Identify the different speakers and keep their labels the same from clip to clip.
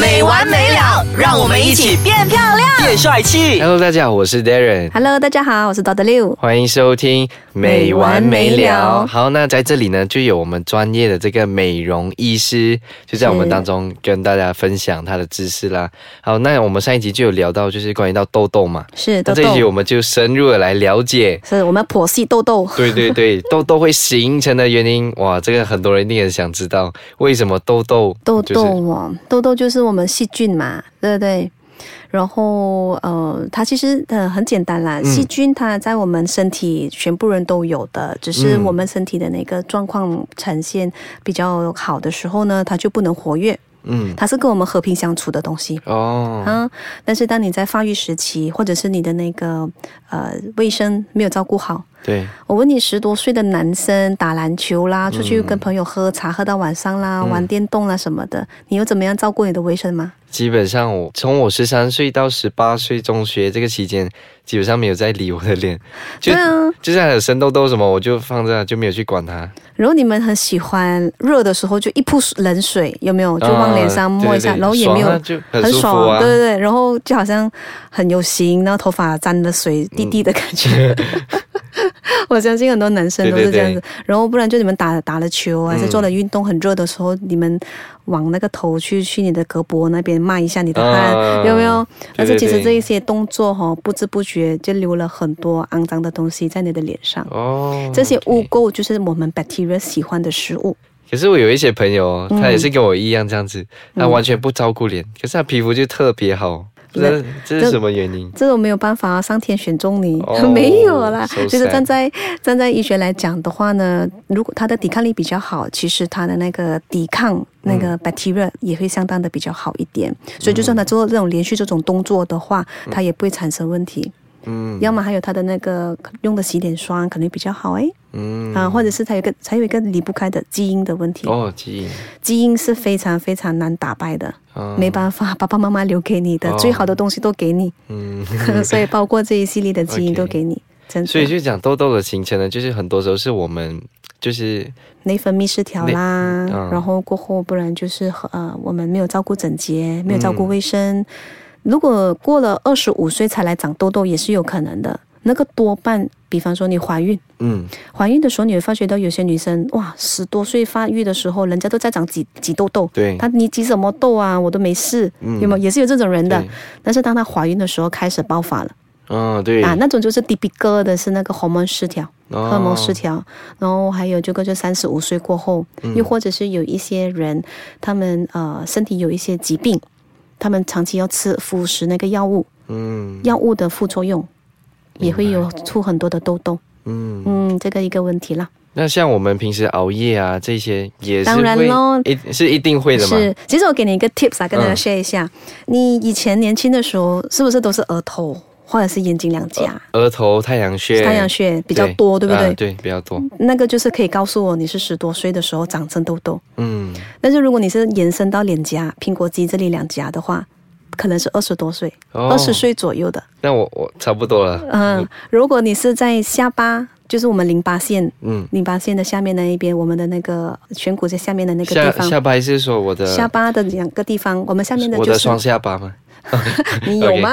Speaker 1: 没完没了，让我们一起变漂亮。
Speaker 2: 变帅气。
Speaker 3: Hello，大家好，我是 Darren，
Speaker 4: Hello，大家好，我是 Dot 六。
Speaker 3: 欢迎收听美完没
Speaker 4: 美完没
Speaker 3: 了。
Speaker 4: 了
Speaker 3: 好，那在这里呢，就有我们专业的这个美容医师，就在我们当中跟大家分享他的知识啦。好，那我们上一集就有聊到，就是关于到痘痘嘛，
Speaker 4: 是
Speaker 3: 那
Speaker 4: 豆
Speaker 3: 这一
Speaker 4: 豆
Speaker 3: 集，我们就深入的来了解。
Speaker 4: 是我们剖析豆豆。
Speaker 3: 对对 对，痘痘会形成的原因，哇，这个很多人一定很想知道，为什么痘痘
Speaker 4: 痘
Speaker 3: 就是
Speaker 4: 痘哦，痘痘就是我们细菌嘛，对不对？然后呃，它其实呃很简单
Speaker 3: 嗯
Speaker 4: 啦，细菌它在我们身体全部人都有的，只是
Speaker 3: 嗯
Speaker 4: 我们身体的那个状况呈现比较好的时候呢，它就不能活跃，
Speaker 3: 嗯
Speaker 4: 它是跟我们和平相处的东西。
Speaker 3: 哦，
Speaker 4: 啊，但是当你在发育时期，或者是你的那个呃卫生没有照顾好，
Speaker 3: 对，
Speaker 4: 我问你，十多岁的男生打篮球啦，
Speaker 3: 嗯
Speaker 4: 出去跟朋友喝茶，喝到晚上啦，玩电动啦什么的，你又怎么样照顾你的卫生吗？
Speaker 3: 基本上我从我十三岁到十八岁中学这个期间，基本上没有在理我的 脸，就、
Speaker 4: 对啊，
Speaker 3: 就算有生痘痘什么，我就放着就没有去管它。
Speaker 4: 然后你们很喜欢热的时候就一泼水冷水，有没有？就往脸上摸一下，
Speaker 3: 啊对对对
Speaker 4: 然后也没有
Speaker 3: 爽啊就很
Speaker 4: 很
Speaker 3: 舒服
Speaker 4: 爽，
Speaker 3: 啊
Speaker 4: 对对对，然后就好像很有型，然后头发沾了水滴滴的感觉。 我相信很多男生都
Speaker 3: 对嗯
Speaker 4: 是
Speaker 3: 对对
Speaker 4: 这样子，然后不然就你们打打了球啊还是做了运动，很热的时候，你们往那个头去去你的胳膊那边抹一下你的汗，
Speaker 3: 啊
Speaker 4: 有没有？但是其
Speaker 3: 对
Speaker 4: 实
Speaker 3: 对
Speaker 4: 这一些动作哈、哦，不知不觉就留了很多肮脏的东西在你的脸上。
Speaker 3: 哦，
Speaker 4: 这些污
Speaker 3: OK。
Speaker 4: 垢就是我们 bacteria 喜欢的食物，
Speaker 3: 可是我有一些朋友哦，
Speaker 4: 嗯
Speaker 3: 他也是跟我一样这样子，他完全不照顾脸，可是他皮肤就特别好，不知道这是什么原因？
Speaker 4: 这种没有办法，上天选中你、
Speaker 3: 哦
Speaker 4: 没有啦。
Speaker 3: so
Speaker 4: 就是
Speaker 3: sad
Speaker 4: 站在站在医学来讲的话呢，如果他的抵抗力比较好，其实他的那个抵抗那个
Speaker 3: 嗯
Speaker 4: bacteria 也会相当的比较好一点。所以就算他做这种连续这种动作的话，他也不会产生问题。
Speaker 3: 嗯
Speaker 4: 要么还有他的那个用的洗脸霜可能比较好哎，
Speaker 3: 嗯
Speaker 4: 啊，或者是他有一个还有一个离不开的基因的问题，
Speaker 3: 哦，基因，
Speaker 4: 基因是非常非常难打败的。
Speaker 3: 啊
Speaker 4: 没办法，爸爸妈妈留给你的、
Speaker 3: 哦
Speaker 4: 最好的东西都给你，
Speaker 3: 嗯。
Speaker 4: 所以包括这一系列的基因
Speaker 3: OK
Speaker 4: 都给你。真
Speaker 3: 所以
Speaker 4: 的，
Speaker 3: 就讲痘痘的形成呢，就是很多时候是我们就是
Speaker 4: 内分泌失调啦，
Speaker 3: 内嗯
Speaker 4: 然后过后不然就是和呃，我们没有照顾整洁，没有照顾卫
Speaker 3: 嗯
Speaker 4: 生。如果过了二十五岁才来长痘痘，也是有可能的。那个多半，比方说你怀孕，
Speaker 3: 嗯
Speaker 4: 怀孕的时候你会发觉到有些女生哇，十多岁发育的时候，人家都在长挤挤痘痘，
Speaker 3: 对嗯
Speaker 4: 她你挤什么痘啊，我都没事，有没有？也是有这种人的
Speaker 3: 对。
Speaker 4: 但是当她怀孕的时候开始爆发了。
Speaker 3: 嗯对哦
Speaker 4: 啊，那种就是 d 鼻哥的是那个荷尔蒙失调，荷
Speaker 3: 荷
Speaker 4: 尔蒙失调，然后还有这个就三十五岁过后，
Speaker 3: 嗯
Speaker 4: 又或者是有一些人他们呃身体有一些疾病，他们长期要吃辅食那个药物，
Speaker 3: 嗯
Speaker 4: 药物的副作用也会有出很多的痘痘，
Speaker 3: 嗯，
Speaker 4: 嗯，这个一个问题啦。
Speaker 3: 那像我们平时熬夜啊，这些也是
Speaker 4: 当然
Speaker 3: 会
Speaker 4: 咯
Speaker 3: 一是一定会的嘛。
Speaker 4: 是，其实我给你一个 tips 啊，跟大家
Speaker 3: 嗯
Speaker 4: share 一下，你以前年轻的时候是不是都是额头或者是眼睛两颊、
Speaker 3: 额头太阳穴，
Speaker 4: 太阳穴比较多，对不对？
Speaker 3: 啊哦对，比较多。
Speaker 4: 那个就是可以告诉我你是十多岁的时候长真痘痘，
Speaker 3: 嗯，
Speaker 4: 但是如果你是延伸到脸颊、苹果肌这里两颊的话，可能是二十多岁、
Speaker 3: 哦
Speaker 4: 二十、岁左右的。
Speaker 3: 那我我差不多了。
Speaker 4: 嗯，如果你是在下巴，就是我们淋巴腺、
Speaker 3: 嗯，
Speaker 4: 淋巴腺的下面那一边，我们的那个颧骨在下面的那个地
Speaker 3: 下
Speaker 4: 方。
Speaker 3: 下巴是说我的
Speaker 4: 下巴的两个地方，我们下面的
Speaker 3: 我
Speaker 4: 就
Speaker 3: 的
Speaker 4: 是
Speaker 3: 双下巴吗？
Speaker 4: 你有
Speaker 3: OK
Speaker 4: 吗？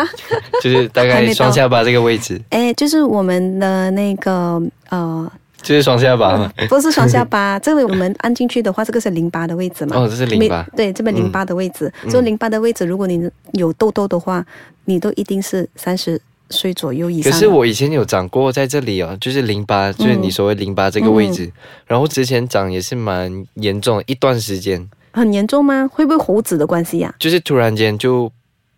Speaker 3: 就是大
Speaker 4: 还
Speaker 3: 概
Speaker 4: 没到
Speaker 3: 双下巴这个位置，
Speaker 4: 哎，就是我们的那个呃，
Speaker 3: 就是双下巴嘛。
Speaker 4: 不是双下巴，这个我们按进去的话，这个是淋巴的位置嘛？
Speaker 3: 哦这是淋巴嗯
Speaker 4: 没对，这边淋巴的位置，所以淋巴的位置，如果你有痘痘的话，你都一定是三十岁左右以
Speaker 3: 可
Speaker 4: 上。嗯
Speaker 3: 是我以前有长过在这里哦，就是淋巴，就是你所谓淋巴这个位置，然后之前长也是蛮严重的，一段时间
Speaker 4: 很严重吗？会不会猴子的关系呀、啊
Speaker 3: 就是突然间就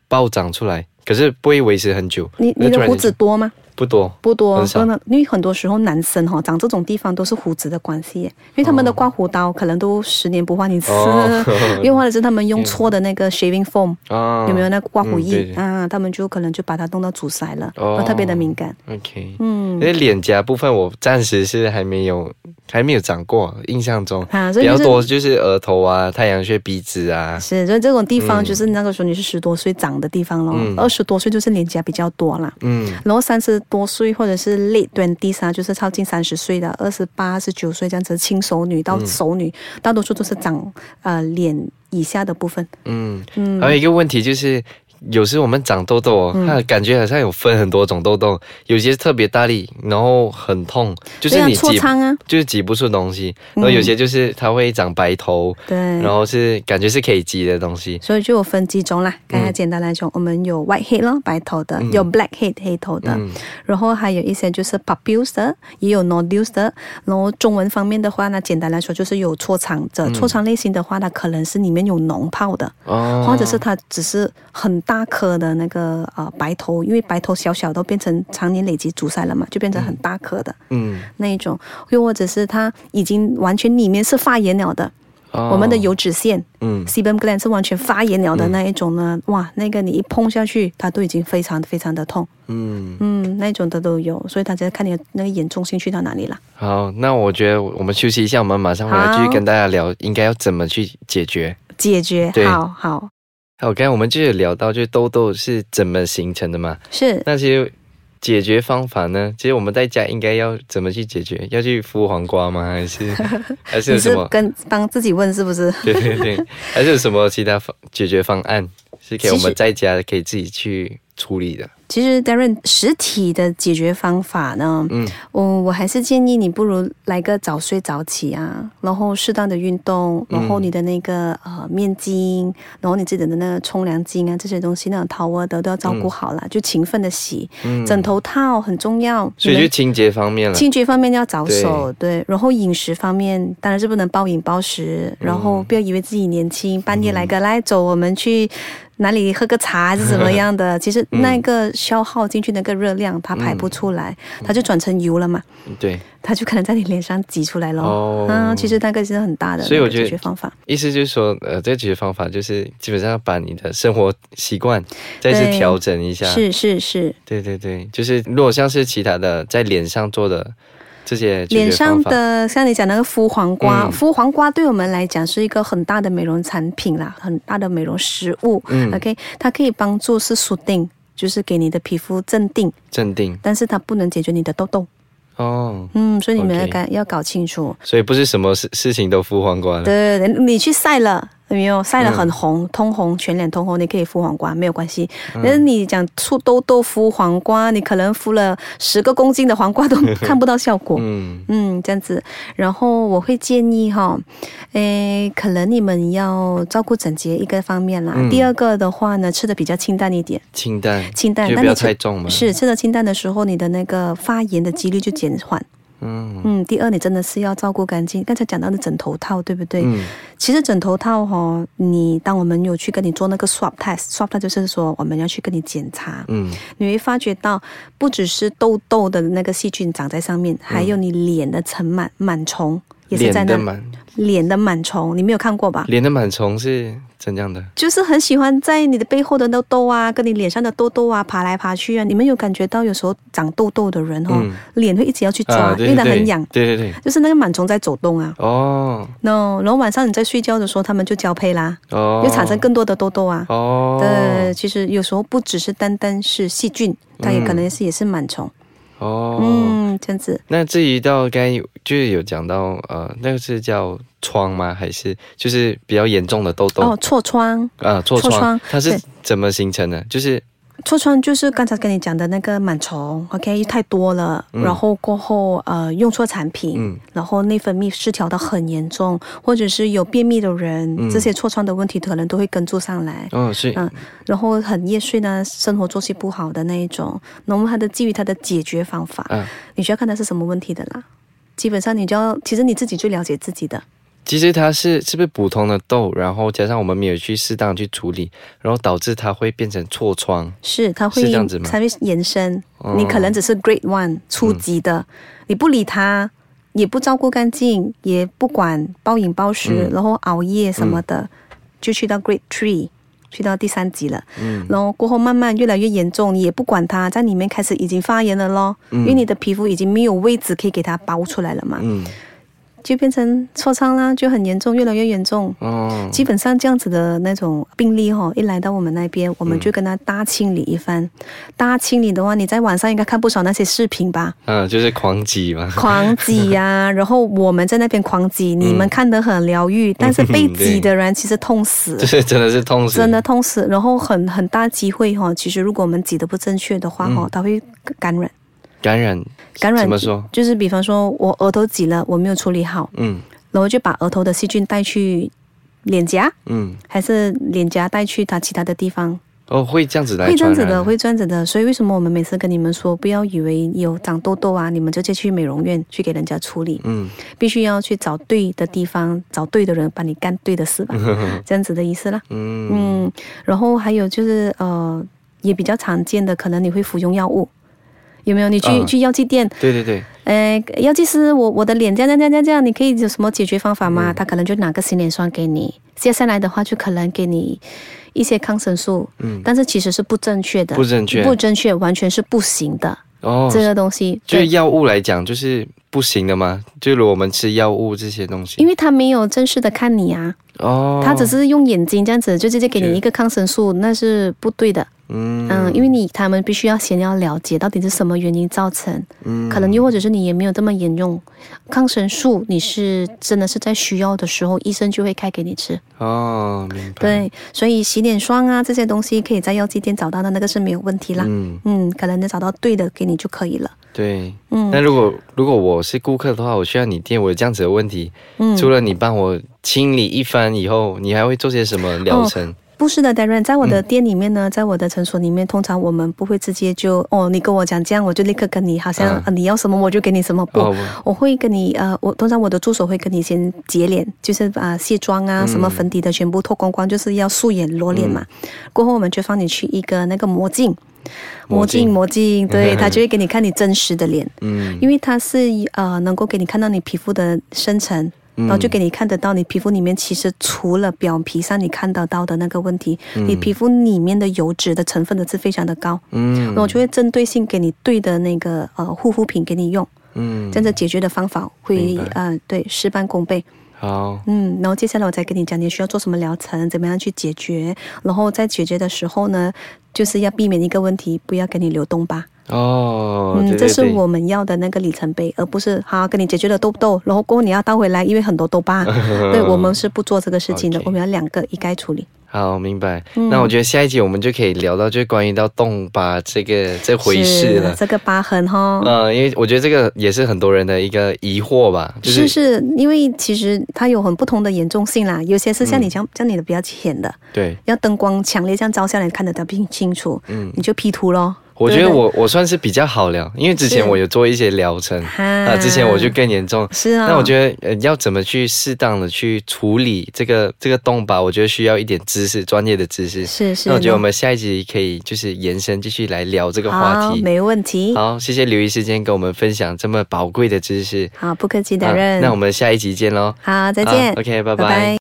Speaker 3: 暴长出来，可是不会维持很久。
Speaker 4: 你
Speaker 3: 那
Speaker 4: 你
Speaker 3: 突
Speaker 4: 的
Speaker 3: 然
Speaker 4: 胡
Speaker 3: 间
Speaker 4: 子多吗？
Speaker 3: 不多，
Speaker 4: 不多
Speaker 3: 很，少
Speaker 4: 真的因为很多时候男生哈、长这种地方都是胡子的关系耶，因为他们的刮胡刀可能都十年不换一次，
Speaker 3: 哦
Speaker 4: 又或者是他们用错的那个 shaving foam，、
Speaker 3: 啊
Speaker 4: 有没有那个刮胡
Speaker 3: 嗯对
Speaker 4: 液、
Speaker 3: 对
Speaker 4: 啊？他们就可能就把它弄到阻塞了，
Speaker 3: 哦
Speaker 4: 然后特别的敏感。
Speaker 3: ？OK，
Speaker 4: 嗯
Speaker 3: 因，为脸颊部分我暂时是还没有还没有长过，印象中、
Speaker 4: 啊所
Speaker 3: 比
Speaker 4: 以就
Speaker 3: 较
Speaker 4: 是
Speaker 3: 多就是额头啊、太阳穴、鼻子啊，
Speaker 4: 是，所以这种地方就是那个时候你是十多岁长的地方咯，二十、多岁就是脸颊比较多啦。
Speaker 3: 嗯，
Speaker 4: 然后三十多岁或者是 late twenties 啊，就是靠近三十岁的，二十八、二十九岁这样子，轻熟女
Speaker 3: 嗯
Speaker 4: 到熟女，大多数都是长呃脸以下的部分。
Speaker 3: 嗯，还有一个问题就是，有时我们长痘痘哦，
Speaker 4: 嗯
Speaker 3: 它感觉好像有分很多种痘痘，有些特别大力，然后很痛，就
Speaker 4: 对
Speaker 3: 是
Speaker 4: 啊，
Speaker 3: 你
Speaker 4: 痤
Speaker 3: 挤、
Speaker 4: 疮啊，
Speaker 3: 就是挤不出东西，
Speaker 4: 嗯
Speaker 3: 然后有些就是它会长白头，
Speaker 4: 对
Speaker 3: 然。后是感觉是可以挤的东西。
Speaker 4: 所以就有分几种
Speaker 3: 嗯
Speaker 4: 啦。刚才简单来讲，我们有 white head 咯，白头的；有 black head 黑头的，
Speaker 3: 嗯
Speaker 4: 然后还有一些就是 papules 的，也有 nodules 的。然后中文方面的话呢，简单来说就是有痤疮
Speaker 3: 嗯
Speaker 4: 者。痤疮类型的话呢，可能是里面有脓泡的，
Speaker 3: 哦
Speaker 4: 或者是它只是很大颗的那个呃白头，因为白头小小都变成常年累积阻塞了嘛，就变成很大颗的、
Speaker 3: 嗯，
Speaker 4: 那一种，又或者是它已经完全里面是发炎了的，
Speaker 3: 哦
Speaker 4: 我们的油脂腺。
Speaker 3: 嗯
Speaker 4: sebum gland 是完全发炎了的那一种呢，哇，那个你一碰下去，它都已经非常非常的痛，
Speaker 3: 嗯，
Speaker 4: 嗯，那种的都有，所以大家看你的那个严重性去到哪里了。
Speaker 3: 好，那我觉得我们休息一下，我们马上回来继续
Speaker 4: 好
Speaker 3: 跟大家聊应该要怎么去解决。
Speaker 4: 解决
Speaker 3: 对，
Speaker 4: 好好
Speaker 3: 好，刚才我们就有聊到，就是痘痘是怎么形成的嘛？
Speaker 4: 是
Speaker 3: 那其实解决方法呢？其实我们在家应该要怎么去解决？要去敷黄瓜吗？还是还是有
Speaker 4: 你
Speaker 3: 什
Speaker 4: 是
Speaker 3: 么？
Speaker 4: 跟帮自己问是不 是？
Speaker 3: 对对对，还是有什么其他方解决方案是给我
Speaker 4: 其
Speaker 3: 们
Speaker 4: 实
Speaker 3: 在家可以自己去处理的？
Speaker 4: 其实 Darren 实体的解决方法呢，
Speaker 3: 嗯，
Speaker 4: 我我还是建议你不如来个早睡早起啊，然后适当的运动，然
Speaker 3: 嗯
Speaker 4: 后你的那个、呃面巾，然后你自己的那个冲凉巾啊这些东西，那种掏窝的都要照
Speaker 3: 嗯
Speaker 4: 顾好了，就勤奋的洗，枕头套很重要，
Speaker 3: 所以
Speaker 4: 你
Speaker 3: 就
Speaker 4: 们
Speaker 3: 清洁方面了。
Speaker 4: 清洁方面要着手，对，然后饮食方面当然是不能暴饮暴食，
Speaker 3: 嗯
Speaker 4: 然后不要以为自己年轻，半夜来个、来走，我们去哪里喝个茶是怎么样的？
Speaker 3: 嗯
Speaker 4: 其实那个消耗进去那个热量，它排不出来，
Speaker 3: 嗯
Speaker 4: 它就转成油了嘛，
Speaker 3: 对，
Speaker 4: 它就可能在你脸上挤出来咯。
Speaker 3: 哦
Speaker 4: 嗯，其实那个是很大的
Speaker 3: 所以我觉得
Speaker 4: 那个解决方法。
Speaker 3: 意思就是说，呃，这个解决方法就是基本上要把你的生活习惯再次
Speaker 4: 对
Speaker 3: 调整一下。
Speaker 4: 是是是，
Speaker 3: 对对对，就是如果像是其他的在脸上做的这些解决
Speaker 4: 脸上
Speaker 3: 方法
Speaker 4: 的像你讲那个敷黄瓜，
Speaker 3: 嗯
Speaker 4: 敷黄瓜对我们来讲是一个很大的美容产品啦，很大的美容食物。
Speaker 3: 嗯
Speaker 4: OK，它可以帮助是舒定，就是给你的皮肤镇定，
Speaker 3: 镇定
Speaker 4: 但是它不能解决你的痘痘。
Speaker 3: 哦。
Speaker 4: 嗯，所以你们要
Speaker 3: OK
Speaker 4: 搞要搞清楚。
Speaker 3: 所以不是什么事事情都敷黄瓜了。嗯
Speaker 4: 对对对，你去晒了。有没有晒了很红，通红，全脸通红，你可以敷黄瓜，没有关系。
Speaker 3: 嗯
Speaker 4: 但是你讲出痘痘敷黄瓜，你可能敷了十个公斤的黄瓜都看不到效果。
Speaker 3: 嗯
Speaker 4: 嗯，这样子，然后我会建议哈，诶，可能你们要照顾整洁一个方面啦，
Speaker 3: 嗯
Speaker 4: 第二个的话呢，吃的比较清淡一点，
Speaker 3: 清淡，
Speaker 4: 清淡，
Speaker 3: 就
Speaker 4: 那
Speaker 3: 不要
Speaker 4: 你吃
Speaker 3: 太重嘛。，
Speaker 4: 是吃的清淡的时候，你的那个发炎的几率就减缓。
Speaker 3: 嗯
Speaker 4: 嗯，第二，你真的是要照顾干净。刚才讲到的枕头套，对不对？
Speaker 3: 嗯
Speaker 4: 其实枕头套哈、哦，你当我们有去跟你做那个 swab test，swab test 就是说我们要去跟你检查，
Speaker 3: 嗯
Speaker 4: 你会发觉到，不只是痘痘的那个细菌长在上面，还有你脸的尘螨螨虫也是在
Speaker 3: 脸
Speaker 4: 那
Speaker 3: 的
Speaker 4: 里
Speaker 3: 螨，
Speaker 4: 脸的螨虫，你没有看过吧？
Speaker 3: 脸的螨虫是怎样的？
Speaker 4: 就是很喜欢在你的背后的痘痘啊，跟你脸上的痘痘啊爬来爬去啊。你们有感觉到有时候长痘痘的人哦，
Speaker 3: 嗯啊
Speaker 4: 脸会一直要去抓，
Speaker 3: 对
Speaker 4: 因
Speaker 3: 对
Speaker 4: 为它
Speaker 3: 对，
Speaker 4: 很痒，
Speaker 3: 对对对，
Speaker 4: 就是那个螨虫在走动啊。
Speaker 3: 哦
Speaker 4: no，然后晚上你在睡觉的时候，它们就交配啦，
Speaker 3: 哦，
Speaker 4: 又产生更多的痘痘啊。
Speaker 3: 哦，
Speaker 4: 对，其实有时候不只是单单是细菌，它也可能是、也是螨虫。
Speaker 3: 嗯哦，
Speaker 4: 嗯，这样子。
Speaker 3: 那至于到该就是有讲到呃，那个是叫疮吗？还是就是比较严重的痘痘
Speaker 4: 哦，痤疮，
Speaker 3: 啊？痤
Speaker 4: 痤
Speaker 3: 疮
Speaker 4: 疮，
Speaker 3: 它是
Speaker 4: 对
Speaker 3: 怎么形成的？就是
Speaker 4: 痤疮就是刚才跟你讲的那个螨虫，OK，太多了，然后过后呃用错产品，
Speaker 3: 嗯
Speaker 4: 然后内分泌失调的很严重，或者是有便秘的人，
Speaker 3: 嗯
Speaker 4: 这些痤疮的问题可能都会跟住上来。
Speaker 3: 哦，是
Speaker 4: 嗯，然后很夜睡呢，生活作息不好的那一种，那我们它的基于它的解决方法，
Speaker 3: 嗯
Speaker 4: 你需要看它是什么问题的啦。基本上你就要，其实你自己最了解自己的。
Speaker 3: 其实它是是不是普通的痘，然后加上我们没有去适当去处理，然后导致它会变成痤疮。
Speaker 4: 是，它会
Speaker 3: 是这样子吗
Speaker 4: 才会延伸。
Speaker 3: 哦嗯
Speaker 4: 你可能只是 grade one 初级的，你不理它，也不照顾干净，也不管暴饮暴食，
Speaker 3: 嗯
Speaker 4: 然后熬夜什么的，就去到 grade three。去到第三级了，
Speaker 3: 嗯
Speaker 4: 然后过后慢慢越来越严重，你也不管它，在里面开始已经发炎了咯，因为你的皮肤已经没有位置可以给它包出来了嘛。
Speaker 3: 嗯嗯，
Speaker 4: 就变成挫伤啦，就很严重，越来越严重。
Speaker 3: 哦，
Speaker 4: 基本上这样子的那种病例哈、哦，一来到我们那边，我们就跟他大清理一番。大清理的话，你在网上应该看不少那些视频吧？
Speaker 3: 嗯，就是狂挤嘛，
Speaker 4: 狂挤呀、然后我们在那边狂挤，你们看得很疗愈，但是被挤的人其实痛死
Speaker 3: 就。是真的是痛死，
Speaker 4: 真的痛死，然后很很大机会哈、哦，其实如果我们挤得不正确的话哈、哦，它会感染，
Speaker 3: 感染，
Speaker 4: 感染
Speaker 3: 怎么说？
Speaker 4: 就是比方说我额头挤了，我没有处理好，
Speaker 3: 嗯
Speaker 4: 然后就把额头的细菌带去脸颊，
Speaker 3: 嗯，
Speaker 4: 还是脸颊带去它其他的地方，
Speaker 3: 哦，会这样子来
Speaker 4: 会这
Speaker 3: 传
Speaker 4: 样子的，
Speaker 3: 染
Speaker 4: 会这样子的。所以为什么我们每次跟你们说，不要以为有长痘痘啊，你们就直接去美容院去给人家处理，
Speaker 3: 嗯，
Speaker 4: 必须要去找对的地方，找对的人帮你干对的 事吧，这样子的意思啦。
Speaker 3: 嗯
Speaker 4: 嗯，然后还有就是呃，也比较常见的，可能你会服用药物，有没有？你去、
Speaker 3: 啊
Speaker 4: 去药剂店，
Speaker 3: 对对对，
Speaker 4: 呃，药剂师，我我的脸这样这样这样这样，你可以有什么解决方法
Speaker 3: 嗯
Speaker 4: 吗？他可能就拿个洗脸霜给你，接下来的话就可能给你一些抗生素，
Speaker 3: 嗯，
Speaker 4: 但是其实是不正确的，
Speaker 3: 不正确
Speaker 4: 不正确，完全是不行的，
Speaker 3: 哦，
Speaker 4: 这个东西。
Speaker 3: 就
Speaker 4: 对
Speaker 3: 是药物来讲，就是不行的嘛。就如果我们吃药物这些东西，
Speaker 4: 因为他没有正式的看你啊，
Speaker 3: 哦，
Speaker 4: 他只是用眼睛这样子就直接给你一个抗生素，那是不对的。
Speaker 3: 嗯
Speaker 4: 嗯，因为你他们必须要先要了解到底是什么原因造成，
Speaker 3: 嗯
Speaker 4: 可能又或者是你也没有这么严重，抗生素你是真的是在需要的时候，医生就会开给你吃。
Speaker 3: 哦，明白。，
Speaker 4: 对，所以洗脸霜啊这些东西可以在药剂店找到的，那个是没有问题啦。
Speaker 3: 嗯，
Speaker 4: 嗯，可能能找到对的给你就可以了。
Speaker 3: 对。
Speaker 4: 嗯
Speaker 3: 那如果如果我是顾客的话，我需要你店，我有这样子的问题，
Speaker 4: 嗯，
Speaker 3: 除了你帮我清理一番以后，你还会做些什么疗程？
Speaker 4: 不是的，Darren，在我
Speaker 3: 嗯
Speaker 4: 的店里面呢，在我的诊所里面，通常我们不会直接就哦，你跟我讲这样，我就立刻跟你，好像、
Speaker 3: 嗯
Speaker 4: 呃你要什么我就给你什么不。
Speaker 3: 哦
Speaker 4: 我会跟你呃，我通常我的助手会跟你先洁脸，就是把卸妆啊、
Speaker 3: 嗯
Speaker 4: 什么粉底的全部脱光光，就是要素颜裸脸嘛。过后我们就放你去一个那个魔镜，
Speaker 3: 魔
Speaker 4: 魔
Speaker 3: 镜
Speaker 4: 镜魔 镜，对他就会给你看你真实的脸，
Speaker 3: 嗯
Speaker 4: 因为它是呃能够给你看到你皮肤的深层。
Speaker 3: 嗯
Speaker 4: 然后就给你看得到，你皮肤里面其实除了表皮上你看得到的那个问题，你皮肤里面的油脂的成分的是非常的高。
Speaker 3: 嗯
Speaker 4: 那我就会针对性给你对的那个呃护肤品给你用，
Speaker 3: 嗯
Speaker 4: 这，样子解决的方法会
Speaker 3: 明白
Speaker 4: 呃对事半功倍。
Speaker 3: 好，
Speaker 4: 嗯，然后接下来我再跟你讲你需要做什么疗程，怎么样去解决，然后在解决的时候呢，就是要避免一个问题，不要给你留洞疤。
Speaker 3: 哦，对
Speaker 4: 嗯，
Speaker 3: 对
Speaker 4: 这是
Speaker 3: 对
Speaker 4: 我们要的那个里程碑，而不是好跟你解决了痘痘，然后过后你要倒回来，因为很多痘 疤。对我们是不做这个事情的
Speaker 3: OK
Speaker 4: 我们要两个一概处理。
Speaker 3: 好，明白。
Speaker 4: 嗯
Speaker 3: 那我觉得下一集我们就可以聊到，就是关于到冻疤这个这回事
Speaker 4: 是
Speaker 3: 了。
Speaker 4: 这个疤痕哈、
Speaker 3: 嗯，因为我觉得这个也是很多人的一个疑惑吧，就是
Speaker 4: 是，因为其实它有很不同的严重性啦，有些是像
Speaker 3: 嗯
Speaker 4: 你这样、像你的比较浅的，
Speaker 3: 对，
Speaker 4: 要灯光强烈这样照下来你看得到清清楚，
Speaker 3: 嗯
Speaker 4: 你就 P 图咯。
Speaker 3: 我觉
Speaker 4: 对
Speaker 3: 得
Speaker 4: 不对
Speaker 3: 我我算是比较好聊，因为之前
Speaker 4: 是
Speaker 3: 我有做一些疗程，
Speaker 4: 哈
Speaker 3: 啊，之前我就更严重。
Speaker 4: 是啊，
Speaker 3: 那我觉得呃，要怎么去适当的去处理这个这个洞吧，我觉得需要一点知识，专业的知识。
Speaker 4: 是是，
Speaker 3: 那我觉得我们下一集可以就是延伸继续来聊这个话
Speaker 4: 好，
Speaker 3: 题。
Speaker 4: 没问题，
Speaker 3: 好，谢谢刘医师今天跟我们分享这么宝贵的知识。
Speaker 4: 好不客气的
Speaker 3: 啊
Speaker 4: 人，
Speaker 3: 那我们下一集见喽。
Speaker 4: 好，再
Speaker 3: 好
Speaker 4: 见
Speaker 3: ，OK，拜拜
Speaker 4: 拜